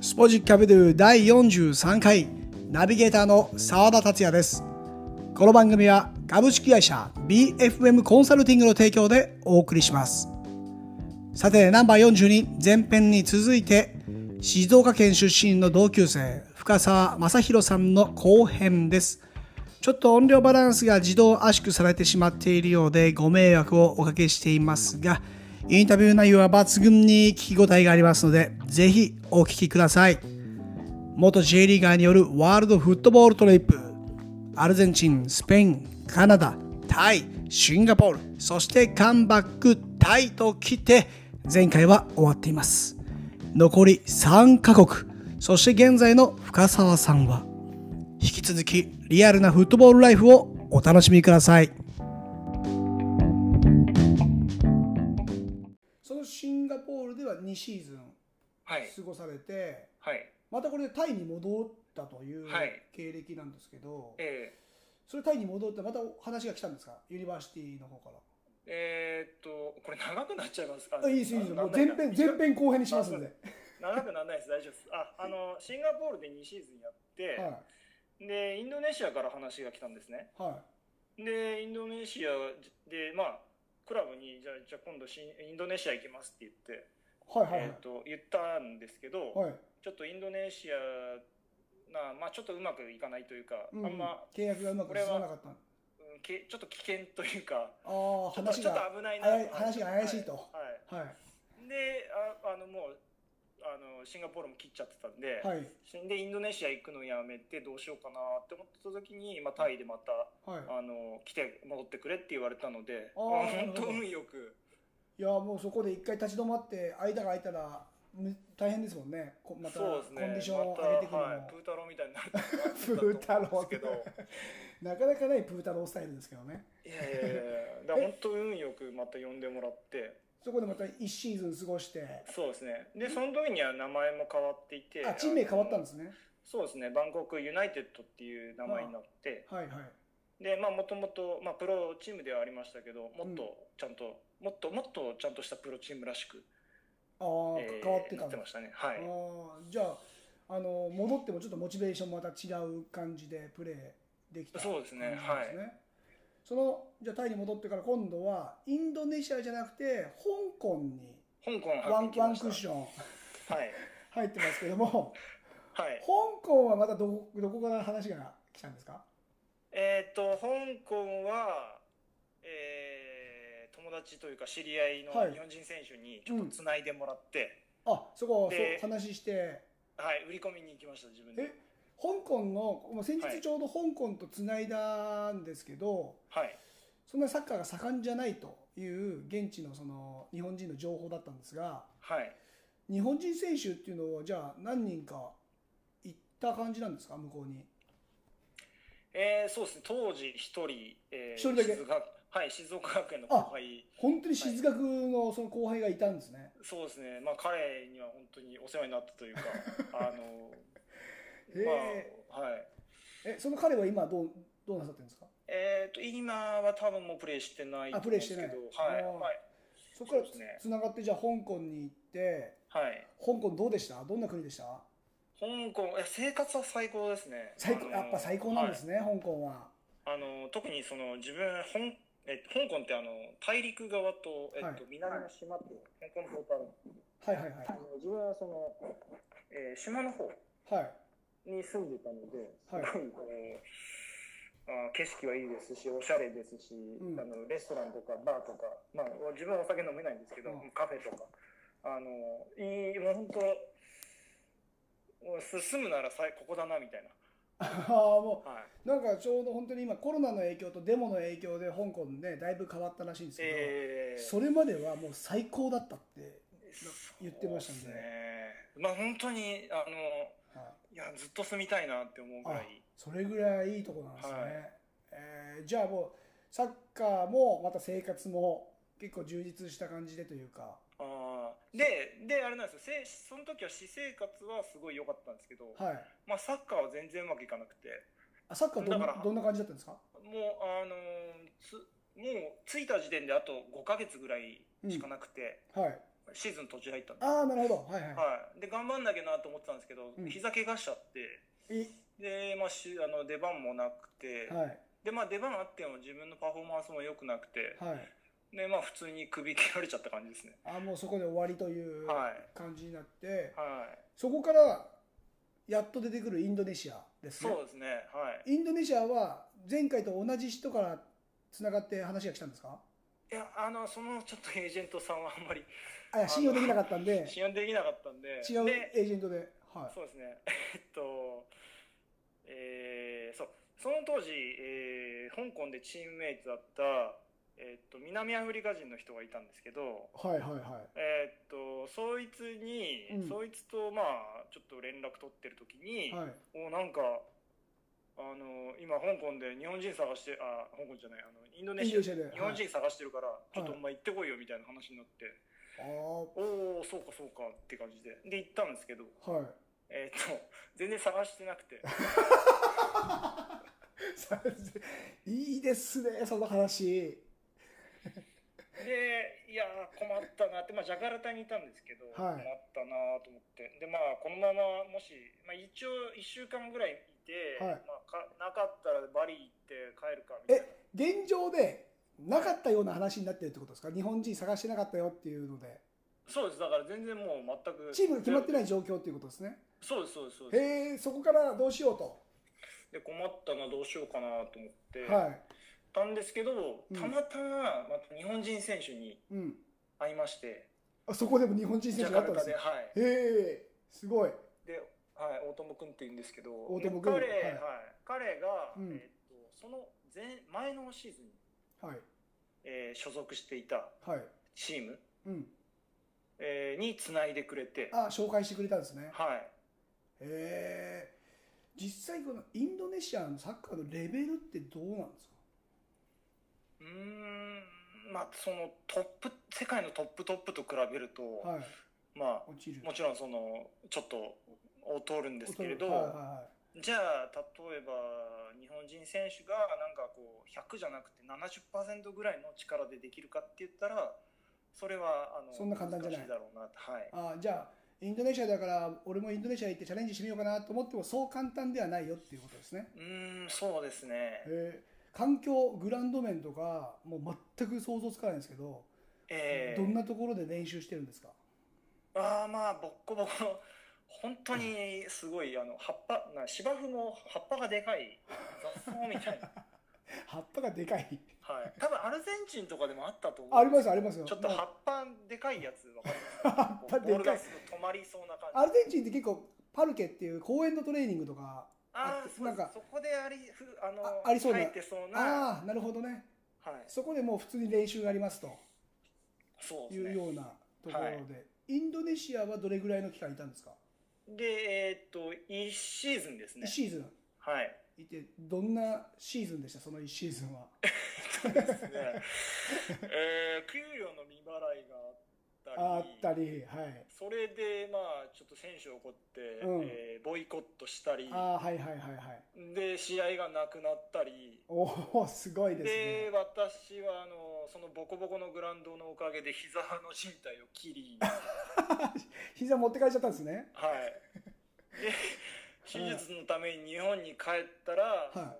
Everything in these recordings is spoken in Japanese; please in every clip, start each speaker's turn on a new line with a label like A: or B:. A: スポジキャビドゥ第43回ナビゲーターの澤田達也ですこの番組は株式会社 BFM コンサルティングの提供でお送りしますさてナンバー42前編に続いて静岡県出身の同級生深澤正宏さんの後編ですちょっと音量バランスが自動圧縮されてしまっているようでご迷惑をおかけしていますがインタビュー内容は抜群に聞き応えがありますのでぜひお聞きください元 J リーガーによるワールドフットボールトリップアルゼンチンスペインカナダタイシンガポールそしてカンバックタイと来て前回は終わっています残り3カ国そして現在の深澤さんは引き続きリアルなフットボールライフをお楽しみくださいそのシンガポールでは2シーズン
B: はい、
A: 過ごされて
B: はい、
A: またこれでタイに戻ったという
B: はい
A: 経歴なんですけど、
B: えー
A: それタイに戻ってまたお話が来たんですかユニバーシティの方か
B: えーっと、これ長くなっちゃいますか、
A: らあいいですいいです
B: あ
A: もう前
B: なんない
A: 編
B: な
A: 前編後編にしますんで、
B: 長くならないです、大丈夫です。あ、あの、シンガポールで2シーズンやって、
A: は
B: で、インドネシアから話が来たんですね。
A: いは
B: で、インドネシアで、まあ、クラブに、じゃあ、じゃあ今度シン、インドネシア行きますって言って、
A: いはいはい
B: えーっと、言ったんですけど、
A: はいはい
B: ちょっとインドネシアな、まあ、ちょっとうまくいかないというか、
A: うん
B: あんま、
A: 契約がうまく進まなかったあ
B: うんけちょっと危険というか、
A: あー
B: ちょっと
A: 話
B: ちょっと
A: が
B: 危ないな
A: 怪い話が怪しいと、
B: はいは
A: は
B: い
A: い
B: でああのもうあのシンガポールも切っちゃってたんで、
A: はい
B: でインドネシア行くのやめてどうしようかなって思ってた時に、まあ、タイでまた
A: はい
B: あの来て戻ってくれって言われたので
A: あー
B: あ
A: なるほど
B: 本当運よく
A: いやもうそこで一回立ち止まって間が空いたらむ大変ですもんねこまた
B: そう
A: コ
B: です
A: ン
B: ね
A: ディションを
B: また
A: 上げてくるのも、
B: はい、プータローみたいになるかなと思うんですけど
A: なかなかないプータロースタイルですけどね
B: いやいやいやいやだから本当運よくまた呼んでもらって
A: そこでまた1シーズン過ごして
B: そうですねでその時には名前も変わっていて
A: あチーム名変わったんですすね
B: そうですねバンコクユナイテッドっていう名前になって、
A: はいはい
B: でまあもともとまあプロチームではありましたけどもっとちゃんと、もっともっとちゃんとしたプロチームらしく、
A: ああ、
B: えー
A: 変わってた
B: なんって
A: だ、
B: ましたねはい
A: あーじゃああの戻ってもちょっとモチベーションまた違う感じでプレーできた
B: そうですね
A: 感じなんねそのじゃあタイに戻ってから今度はインドネシアじゃなくて香港に
B: 香港
A: ワンワンクッ
B: ョ
A: ション
B: ンはい
A: 入ってますけども
B: はい
A: 香港はまたどこどこから話が来たんですか
B: えーっと香港はえー友達というか知り合いの
A: はい
B: 日本人選手にちょっとつないでもらって、
A: あそこ
B: で
A: そう話して
B: はい売り込みに行きました自分で
A: え香港のもう先
B: は
A: 日
B: い
A: ちょうど香港とつないだんですけど、
B: はい
A: そんなにサッカーが盛んじゃないという現地のその日本人の情報だったんですが
B: はい
A: 日本人選手っていうのをじゃあ何人か行った感じなんですか向こうに
B: えー、そうですね当時一人、えー、
A: 一人だけ
B: 静岡はい静岡学園の後輩
A: 本当に静学のその後輩がいたんですね、
B: そうですね、まあ、彼には本当にお世話になったという か、あの
A: へえ
B: まあはい
A: えその彼は今どうどうなさってるんですか
B: えー、と今は多分もうプレイしてないと
A: あプ
B: 思うん
A: レ
B: で
A: イし
B: す
A: て
B: け
A: な
B: ど、
A: い
B: はい、
A: あー
B: はい
A: そこから
B: そうですね
A: つながってじゃあ香港に行って
B: はい、
A: 香港どうでしたどんな国でした
B: 香港、いや生活は最高ですね。
A: 最
B: あ
A: 高
B: の
A: やっぱ最高なんですね、香港は
B: はいあの特にその自分本え香港ってあの大陸側と、えっと
A: はい
B: 南の島と香港の方とあるんですけ
A: はいはいはい
B: ど、自分はその、えー島の方
A: はい
B: に住んでたので、すご
A: はい
B: い、えーあー景色はいいですし、おしゃれですし、
A: ん
B: あのレストランとかバーとか、まあ、自分はお酒飲めないんですけど、
A: うん
B: カフェとか、あのいい、もう本当、もうす住むならさいここだなみたいな、
A: ああも
B: は
A: う
B: い、
A: なんかちょうど本当に今コロナの影響とデモの影響で香港ねだいぶ変わったらしいんですけど、
B: えー
A: それまではもう最高だったって、言ってましたね
B: そうですねまあ、本当にあの
A: はい
B: いや、ずっと住みたいなって思うぐらい、
A: それぐらいいいとこなんですね、
B: はい
A: えーじゃあもうサッカーもまた生活も結構充実した感じでというか
B: あーでで、あれなんですよ、せその時は私生活はすごい良かったんですけど、
A: はい
B: まあ、サッカーは全然うまくいかなくて、
A: あサッカーどん
B: だから
A: どんな感じだったんですか
B: もう、あのーつもう着いた時点であと5ヶ月ぐらいしかなくて、
A: はい
B: シーズン途中入ったんで、
A: ああ、なるほど。はいは
B: はい、で頑張んなきゃなと思ってたんですけど、
A: うん
B: 膝怪我しちゃって
A: い。い
B: で、まあ、しあの出番もなくて、
A: はい。
B: でまあ、出番あっても自分のパフォーマンスも良くなくて、
A: はい。
B: でまあ、普通に首切られちゃった感じですね。
A: あもうそこで終わりという
B: はい
A: 感じになって、
B: はい、
A: そこからやっと出てくるインドネシアですね
B: そうですね、はい、
A: インドネシアは前回と同じ人からつながって話が来たんですか
B: いやあのそのちょっとエージェントさんはあんまり
A: あいや信用できなかったんで
B: 信用できなかったんで
A: 違う
B: で
A: エージェントでは
B: そうですね えっとえーそうその当時、えー香港でチームメイトだった、えっと南アフリカ人の人がいたんですけど
A: いはいはいはい
B: えっとそいつに、
A: うん
B: そいつとまあちょっと連絡取ってる時に、
A: はい
B: おなんかあの今香港で日本人探してあ香港じゃないあのインドネ
A: イン
B: シ
A: ド
B: ア
A: ネシアで
B: 日本
A: はい
B: 人探してるから、ちょっと
A: は
B: お
A: い
B: 前行ってこいよみたいな話になって、
A: あー
B: おおそうかそうかって感じでで行ったんですけど
A: はい
B: えーっと全然探してなく て
A: さいい ですねその話
B: でいやー困ったなって、まあ、ジャカルタにいたんですけど、
A: はい
B: 困ったなと思ってでまあこのままもし、まあ、一応1週間ぐらいいて、
A: はい
B: まあ、かなかったらバリ行って帰るかみたいな
A: え現状でなかったような話になってるってことですか日本人探してなかったよっていうので
B: そうですだから全然もう全く
A: チームが決まって
B: ない
A: ない状況っていうことですね
B: そうですそうですそうです
A: へえそこからどうしようと
B: で困ったなどうしようかなと思って、
A: は
B: たんですけど
A: うん
B: たまたままた日本人選手に
A: い、うん、
B: 会いまして、
A: あそこでも日本人
B: ジ
A: 選
B: ャ
A: 手が
B: カ
A: あったん
B: ル
A: で
B: タ
A: す
B: で、
A: ね
B: はい、
A: へえすごい
B: で、はい、大友君って言うんですけど、
A: 大友君
B: 彼、はい
A: はい
B: 彼が、
A: うん
B: えっとその前前のシーズンに、
A: はい
B: えー所属していた
A: はい
B: チーム、
A: うん
B: えーにつないでくれて、は
A: あ紹介してくれたんですね
B: い、
A: へえ実際このインドネシアのサッカーのレベルってどうなんですか
B: うーん、まあ、そのトップ、世界のトップトップと比べると、
A: はい
B: まあ、
A: 落ちる
B: もちろんそのちょっと劣るんですけれど、
A: はいは
B: じゃあ例えば日本人選手がなんかこう100じゃなくて70%ぐらいの力でできるかって言ったらそれはあの
A: そんな簡単じゃない
B: 難しいだろうなとはい
A: いはいあじゃあインドネシアだから俺もインドネシア行ってチャレンジしてみようかなと思ってもそう簡単ではないよっていうことですね
B: うーんそうですね
A: へえ環境グラウンド面とかもう全く想像つかないんですけど、
B: ええ
A: どんなところで練習してるんですか
B: ああまあボッコボコの本当にすごいあの葉っぱな芝生の葉っぱがでかい雑草みたいな
A: 葉っぱがでかい
B: はい多分アルゼンチンとかでもあったと思う
A: ありますありますよ
B: ちょっと
A: もう
B: 葉っぱでかいやつわか
A: 葉
B: り
A: っ
B: ます
A: ぱ
B: かボ
A: で
B: ール
A: か
B: が
A: い
B: すぐ止まりそうな感じ
A: アルゼンチンって結構パルケっていう公園のトレーニングとか
B: あ
A: あ
B: あ、
A: と
B: そう
A: な
B: なんん
A: か
B: かそこでありふあの
A: あありそうな
B: 書いてそうなは
A: ああなるほどね
B: い。
A: そこでもう普通に練習がありますと
B: そう
A: いう
B: ですね。
A: ようなところで、インドネシアはどれぐらいの期間いたんですか、
B: で、えーっと一シーズンですね
A: 1。シーズン
B: はい。
A: いてどんなシーズンでしたその1シーズンは
B: です ね。えー、給料の未払いがあ
A: あ
B: っ
A: った
B: り、
A: たりはい
B: それでまあちょっと選手を怒って、
A: うん
B: えーボイコットしたり、
A: ああはいはいはいはい
B: で試合がなくなったり。
A: おおすごい
B: で
A: ですね
B: 私はあのそのボコボコのグラウンドのおかげで膝の靭帯を切り、はい、
A: 膝持ってかれちゃったんですね
B: で手術のために日本に帰ったら、
A: は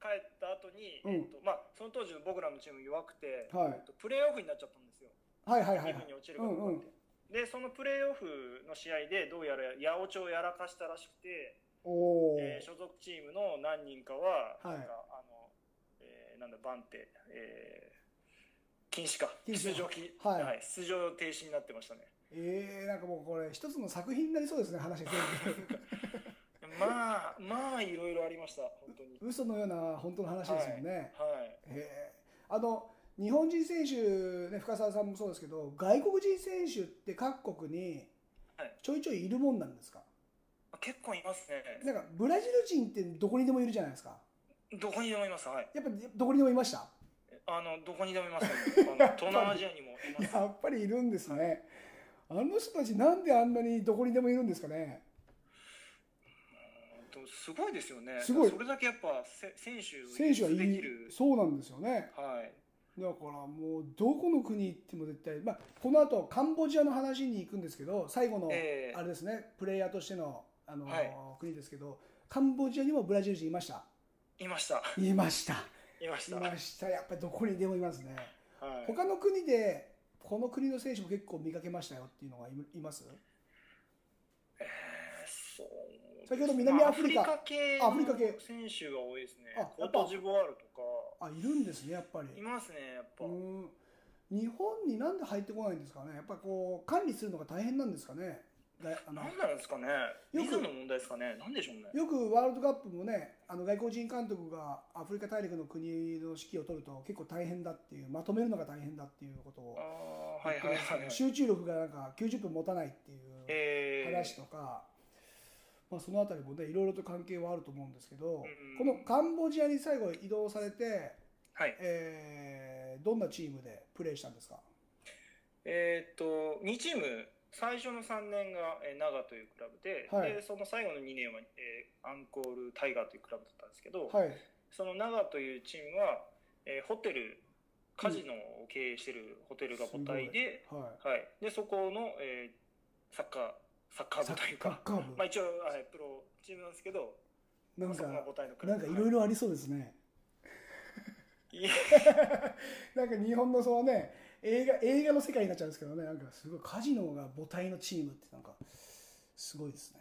B: 帰った後に、
A: うん
B: えっとまあ、その当時の僕らのチーム弱くて、
A: はい
B: えっとプレーオフになっちゃったんですよ、
A: はいはいはい
B: リ
A: は
B: ーグ
A: い
B: に落ちるかどうかって、でそのプレーオフの試合でどうやら八百長をやらかしたらしくて、
A: おおー、
B: えー所属チームの何人かは
A: はい
B: なんか、あのえーなんだバンテ、えー禁止か
A: 禁止
B: 出場き、
A: はい
B: 出場停止になってましたね
A: えー、なんかもうこれ一つの作品になりそうですね話が全部
B: まあまあいろいろありました本当に
A: 嘘のような本当の話ですもんね、
B: はい
A: へえあの日本人選手、ね、深澤さんもそうですけど外国人選手って各国に
B: はい
A: ちょいちょいいるもんなんですか、
B: 結構いますね
A: なんかブラジル人ってどこにでもいるじゃないですか
B: どこにでもいますはい
A: やっぱどこにでもいました
B: あのどこにでもい ます、ね、あの東南アジアにもいます。
A: やっぱりいるんですねあの人たちなんであんなにどこにでもいるんですかね
B: うんとすごいですよね。
A: すごい
B: それだけやっぱせ選手を
A: 選手はい
B: でき
A: い
B: る。
A: そうなんですよね
B: はい。
A: だからもうどこの国行っても絶対、まあ、この後カンボジアの話に行くんですけど最後の
B: ええ
A: あれですね、プレイヤーとしてのあの、
B: はい
A: 国ですけどカンボジアにもブラジル人いました
B: いました。
A: いました
B: いまし
A: い
B: た。
A: ましたやっぱりどこにでもいますね、
B: はい。
A: 他の国でこの国の選手も結構見かけましたよっていうのがいいます
B: そう
A: 先ほど南アフリカ
B: まあアフリ
A: あアフリカ
B: カ
A: 系
B: 系の選手が多いですね
A: あやっ。
B: コ
A: ぱ
B: ートジボワールとか、
A: あいるんですねやっぱり
B: いますね、やっぱ。
A: うん日本になんで入ってこないんですかねやっぱこう管理するのが大変なんですかねだあの
B: なんなんですかね。
A: く
B: ビザの問題ですかね。なんでしょうね。
A: よくワールドカップもねあの外国人監督がアフリカ大陸の国の指揮を取ると結構大変だっていうまとめるのが大変だっていうことを
B: ああ、
A: 言っ
B: はい
A: て
B: はい
A: ました
B: はい
A: ね
B: はい。
A: 集中力がなんか90分持たないっていう
B: えー
A: 話とか、まあ、そのあたりもねいろいろと関係はあると思うんですけど、
B: うん
A: このカンボジアに最後移動されて、
B: はい。
A: えーどんなチームでプレーしたんですか
B: えーっと、2チーム、最初の3年が、えー長というクラブで、
A: はい
B: でその最後の2年は、えーアンコールタイガーというクラブだったんですけど、
A: はい
B: その長というチームは、えーホテル、カジノを経営しているホテルが母体で、
A: は
B: はい、でそこの、えーサッカーサッ
A: い
B: カー部というか、
A: サッカー部
B: まあ、一応、はい、プロチームなんですけど、
A: なん
B: そこが母
A: か
B: 体のク
A: な
B: ラ
A: ん
B: ブ
A: かいろいろありそうですね、
B: はいいえ
A: なんか日本のそのね映画映画の世界になっちゃうんですけどねなんかすごいカジノが母体のチームってなんかすごいですね、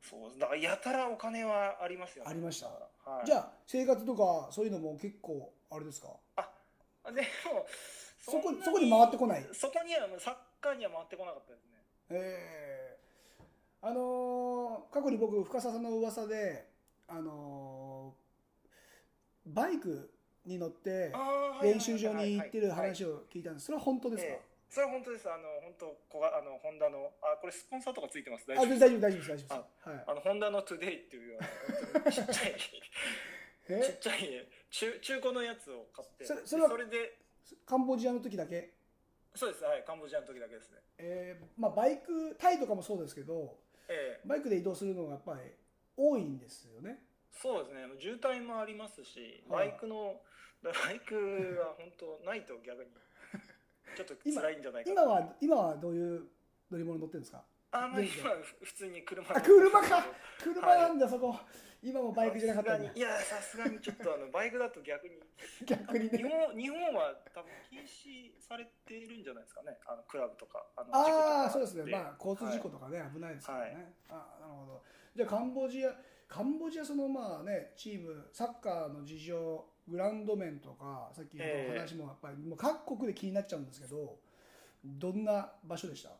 B: そうだからやたらお金はありますよね
A: ありました
B: はい、
A: じゃあ生活とかそういうのも結構あれですか
B: あでも
A: そこ
B: んな
A: そこに回ってこない
B: そこにはサッカーには回ってこなかったですね
A: ええあのー過去に僕深澤さんの噂であのーバイクに乗って
B: あーはいはいはいはい
A: 練習場に行ってる話
B: はい
A: を聞いたんですそれは本当ですか、
B: ええそれは本当ですあの本当こがあのホンダのあこれスポンサーとかついてます大
A: あ
B: 丈夫
A: 大丈夫大丈夫です大丈夫ですはい
B: あのホンダのトゥデイっていうようなちっちゃいち
A: え
B: っちゃいね中中古のやつを買って
A: それそれは
B: で
A: カンボジアの時だけ
B: そうですはいカンボジアの時だけですね
A: えーまあ、バイクタイとかもそうですけど
B: ええ
A: バイクで移動するのがやっぱり多いんですよね
B: そうですね渋滞もありますし
A: は
B: バ
A: い
B: イクのバイクは本当ないと逆にちょっと辛いんじゃないか
A: 今は今はどういう乗り物乗ってるんですか
B: あまあ
A: 現在
B: 今はふ普通に車
A: あ車か車
B: はい
A: なんだ、そこ今もバイクじゃなかったんだ
B: さすがにいやさすがにちょっとあのバイクだと逆に
A: 逆に
B: 日
A: ね
B: 本日本は多分禁止されてるんじゃないですかねあのクラブとかあの事故と
A: あ
B: か
A: あそうですねまあ交通事故
B: は
A: と
B: い
A: かね、危ないですからね、あなるほどじゃあカンボジアカンボジアそのまあねチームサッカーの事情グラウンド面とかさっきの
B: ええ
A: 話もやっぱり、もう各国で気になっちゃうんですけどどんな場所でした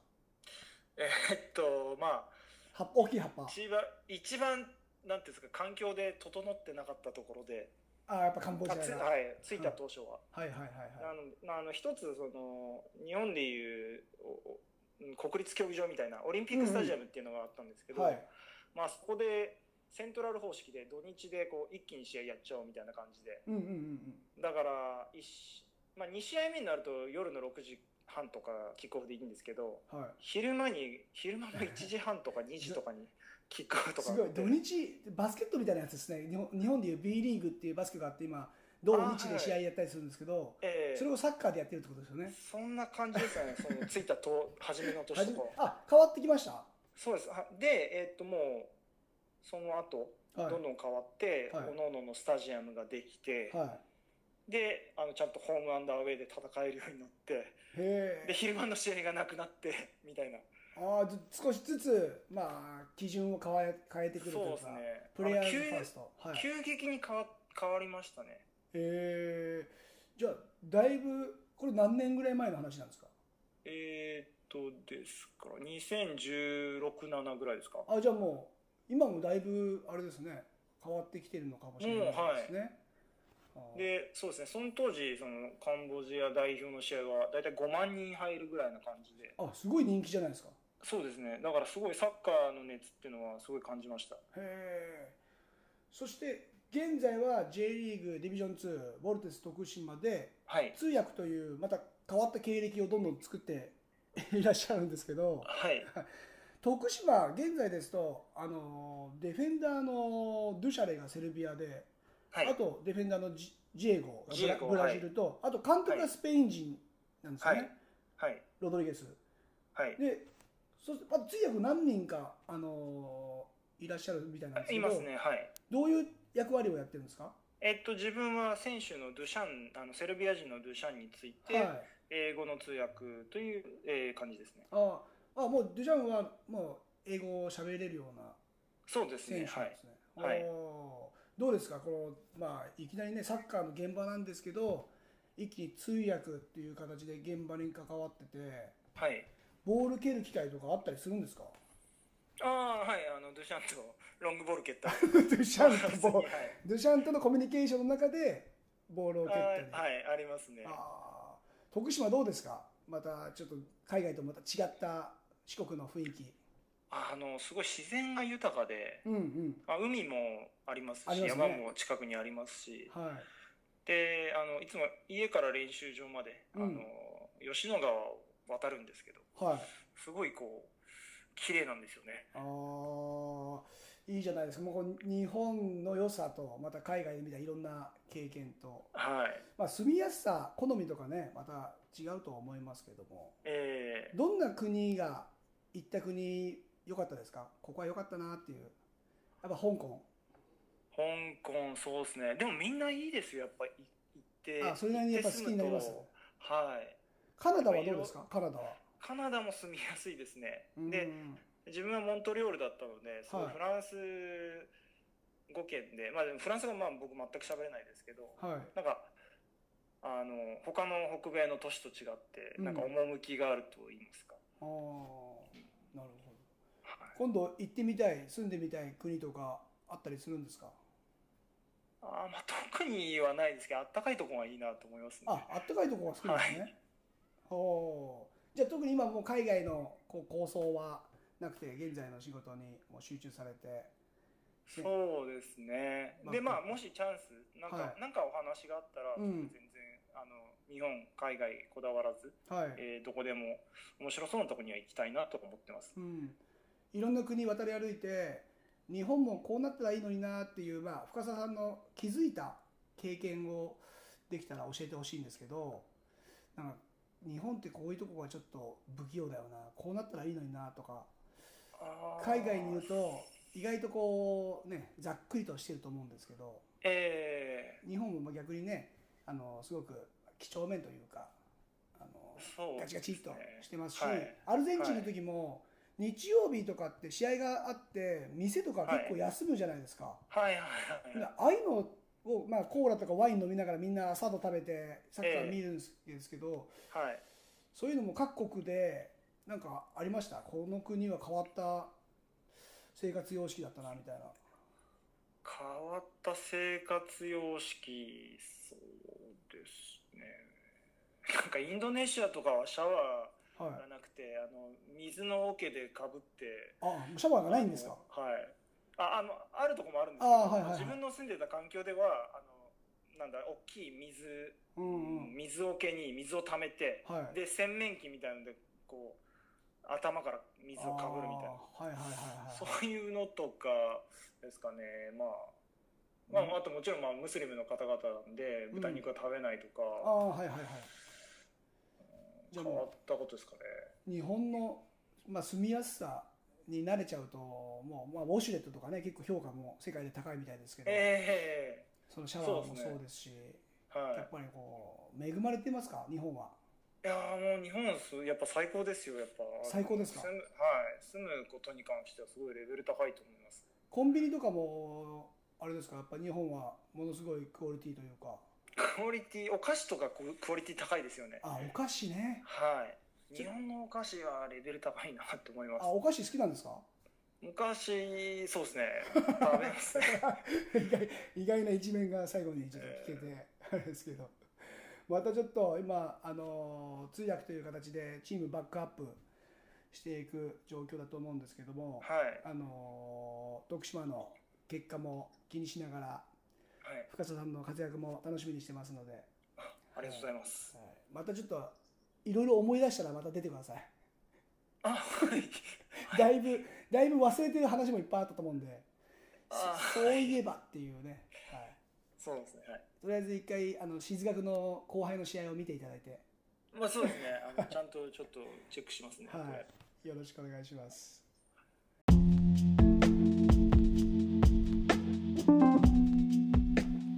B: えーっとまあ
A: 葉っ大きい葉っぱ
B: 一番一番なんていうんですか環境で整ってなかったところで
A: あやっぱカンボジア
B: あつ
A: がはい
B: はい着いた当初は、
A: はいはいは
B: あのまああの一つその日本でいうおお国立競技場みたいなオリンピックスタジアムっていうのがあったんですけ
A: い
B: ど、
A: はい
B: まあ、そこでセントラル方式で土日でこう一気に試合やっちゃおうみたいな感じで
A: うんうんうんうん
B: だから一し、まあ、2試合目になると夜の6時半とかキックオフでいいんですけど
A: はい
B: 昼間に昼間の1時半 とか2時とかにキックオフとか
A: すごい土日バスケットみたいなやつですね日本日本でいう B リーグっていうバスケがあって今土日で試合やったりするんですけど、
B: ええ
A: それをサッカーでやってるってことですよね
B: そんな感じですよね、その着い たと初めの
A: はじ
B: 年と
A: め
B: かは。
A: あ変わってきました
B: そうですはで、えーっともうその後
A: はい
B: どんどん変わって、
A: はい
B: おのおののスタジアムができて、
A: は
B: であのちゃんとホームアンダーアウェイで戦えるようになって
A: いへ
B: で
A: え
B: 昼間の試合がなく なってみたいな
A: ああず少しずつまあ基準を変え変えてくると
B: そう
A: いう
B: です
A: か
B: ね
A: プレイヤーズ
B: あ
A: フ
B: の
A: ァーストはいへ
B: 急急激に変わ変わりましたね
A: えじゃあだいぶこれ何年ぐらい前の話なんですか
B: えーっとですから201617ぐらいですか
A: あじゃあもう今もだいぶあれですね変わってきてるのかもしれないですね。あー
B: でそうですねその当時そのカンボジア代表の試合は大体5万人入るぐらいな感じで
A: あすごい人気じゃないですか。
B: そうですねだからすごいサッカーの熱っていうのはすごい感じました
A: へえそして現在は J リーグディビジョン2ボルテス徳島で
B: はい
A: 通訳というまた変わった経歴をどんどん作っていらっしゃるんですけど
B: はい
A: 徳島現在ですとあのディフェンダーのドゥシャレがセルビアで
B: はい
A: あとディフェンダーのジジエゴ
B: ジエゴ
A: ブラブラジルと、あと監督がスペイン人なんですよね、
B: はいはい
A: ロドリゲス
B: はい
A: でそして、まあ、通訳何人か、あのーいらっしゃるみたいなんです
B: い
A: けど
B: ますねはい
A: どういう役割をやってるんですか、
B: えっと自分は選手のドゥシャンあのセルビア人のドゥシャンについて、
A: はい、
B: 英語の通訳という、えー感じですね
A: ああもうデュジャンはもう英語を喋れるような
B: そうです
A: 選
B: ね
A: 手
B: は
A: なん
B: い
A: ですね。
B: はいはい
A: おーどうですかこの、まあ、いきなりねサッカーの現場なんですけど一気に通訳っていう形で現場に関わってて
B: はい
A: ボール蹴る機会とかあったりするん ですか
B: ああはいあのドゥシャンとロングボール 蹴った
A: デュシャンとボー
B: はい
A: ルデュシャンとのコミュニケーションの中でボールを蹴ったり、
B: あーはいありますね
A: あー徳島どうですかまたちょっと海外とまた違った四国の雰囲気
B: あのすごい自然が豊かで、
A: うんうん
B: まあ、海もありますし
A: ありますね
B: 山も近くにありますし
A: はい
B: であのいつも家から練習場まで、
A: うん
B: あの吉野川を渡るんですけど
A: はい
B: すごいこう綺麗なんですよね
A: ああいいじゃないですかもうこう日本の良さとまた海外で見たいろんな経験と、
B: はい
A: まあ、住みやすさ好みとかねまた違うとは思いますけども
B: え
A: どんな国が行った国良かったですかここは良かったなっていうやっぱ香港
B: ー香港そうですねでもみんないいですよやっぱり行って
A: あそれなりにやっぱ好きになります
B: 行って住むとはい
A: カナダはどうですかカナダは
B: カナダも住みやすいですね
A: うん
B: で自分はモントリオールだったので、すごい
A: はい
B: フランス語圏で、まあでもフランス語はまあ僕全く喋れないですけど、
A: はい
B: なんか、あの、他の北米の都市と違って、
A: うん
B: なんか趣があると言いますか。
A: ああなるほど今度行ってみたい住んでみたい国とかあったりするんですか
B: あーまあ特にはないですけど、あったかいところがいいなと思いますね。
A: あ、あったかいところが好きなんですね。ほう。じゃあ特に今もう海外のこう構想はなくて現在の仕事にもう集中されて。
B: そうですね。
A: まあ
B: で、まあ、もしチャンス、なんか、
A: はい
B: なんかお話があったら、
A: うん
B: 全然、あの、日本、海外こだわらず、
A: はい。
B: えーどこでも面白そうなとこには行きたいなと思ってます。
A: うん。いろんな国渡り歩いて日本もこうなったらいいのになっていうまあ深澤さんの気づいた経験をできたら教えてほしいんですけど、なんか日本ってこういうとこがちょっと不器用だよな、こうなったらいいのになとか。
B: あー
A: 海外にいると意外とこうねざっくりとしてると思うんですけど
B: え
A: 日本も逆にねあのすごく几帳面というかあ
B: ー、
A: の
B: そう
A: ガチガチっとしてますし、
B: はい
A: アルゼンチンの時も、日曜日とかって試合があって店とか結構休むじゃないですか、
B: はいはい
A: で
B: はい。
A: ああいうのを、まあ、コーラとかワイン飲みながらみんなサード食べてサッカー見るんですけど、
B: はい。
A: そういうのも各国でなんかありましたこの国は変わった生活様式だったなみたいな
B: 変わった生活様式、そうですね。なんかインドネシアとかはシャワ
A: はい
B: ーがなくて、あの、水の桶でかぶって。
A: あもうシャワーがないんですか
B: あのはい。あ、あの、あるとこもあるんですけ
A: あーはいはいはい
B: ど、自分の住んでた環境では、あの、なんだ、大きい水、
A: うんうん
B: 水桶に水を溜めて、
A: はい
B: で、洗面器みたいので、こう、頭から水をかぶるみたいな。
A: あーはいはいはいはい
B: そういうのとかですかね、まあ、まあ、あともちろんまあムスリムの方々なんで
A: うん
B: 豚肉は食べないと
A: あ
B: か、
A: あはいはいはいじゃ
B: 変
A: あも
B: わったことですかね。
A: う日本の、まあ、住みやすさに慣れちゃうともう、まあ、ウォシュレットとかね結構評価も世界で高いみたいですけど、
B: え
A: そのシャワー
B: そう
A: も
B: ですね
A: そうですし
B: えはい
A: やっ。ぱりこう恵まれてますか日本は。
B: いやーもう日本すやっぱ最高ですよ、やっぱ。
A: 最高ですか
B: 住むはい。住むことに関してはすごいレベル高いと思います。
A: コンビニとかもあれですかやっぱ日本はものすごいクオリティというか
B: クオリティ、お菓子とかククオリティ高いですよね。
A: あお菓子ね
B: はい。日本のお菓子はレベル高いなと思います
A: あ。お菓子好きなんですか
B: 昔、そうですね。食べますね。
A: 意外意外な一面が最後にちょっと聞けて、あれですけどまたちょっと今あの通訳という形でチームバックアップしていく状況だと思うんですけども、
B: はい。
A: あの徳島の結果も気にしながら
B: はい。
A: 深澤さんの活躍も楽しみにしてますので、はい
B: ありがとうございます。
A: またちょっといろいろ思い出したらまた出てください。
B: あ、はい。
A: だいぶ、だいぶ忘れてる話もいっぱいあったと思うんで、
B: あー
A: そそういえばっていうね、はい、
B: そうですね。はい。
A: とりあえず一回あの静学の後輩の試合を見ていただいて
B: まあそうですね。あのちゃんとちょっとチェックしますね。
A: はい
B: これ
A: よろしくお願いします。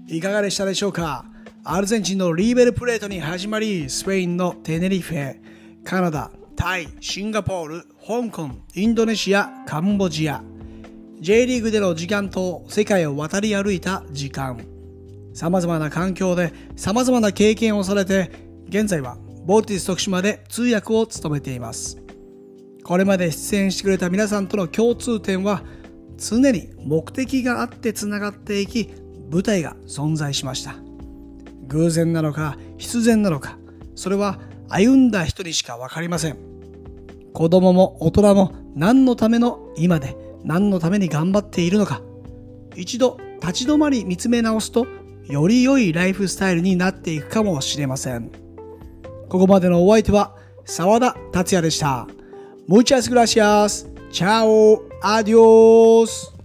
A: いかがでしたでしょうかアルゼンチンのリーベルプレートに始まり、スペインのテネリフェ、カナダ、タイ、シンガポール、香港、インドネシア、カンボジア。J リーグでの時間と世界を渡り歩いた時間。様々な環境で様々な経験をされて、現在はボーティス徳島で通訳を務めています。これまで出演してくれた皆さんとの共通点は常に目的があってつながっていき舞台が存在しました偶然なのか必然なのかそれは歩んだ人にしか分かりません子供も大人も何のための今で何のために頑張っているのか一度立ち止まり見つめ直すとより良いライフスタイルになっていくかもしれませんここまでのお相手は澤田達也でした。Muchas gracias. Chao. Adios.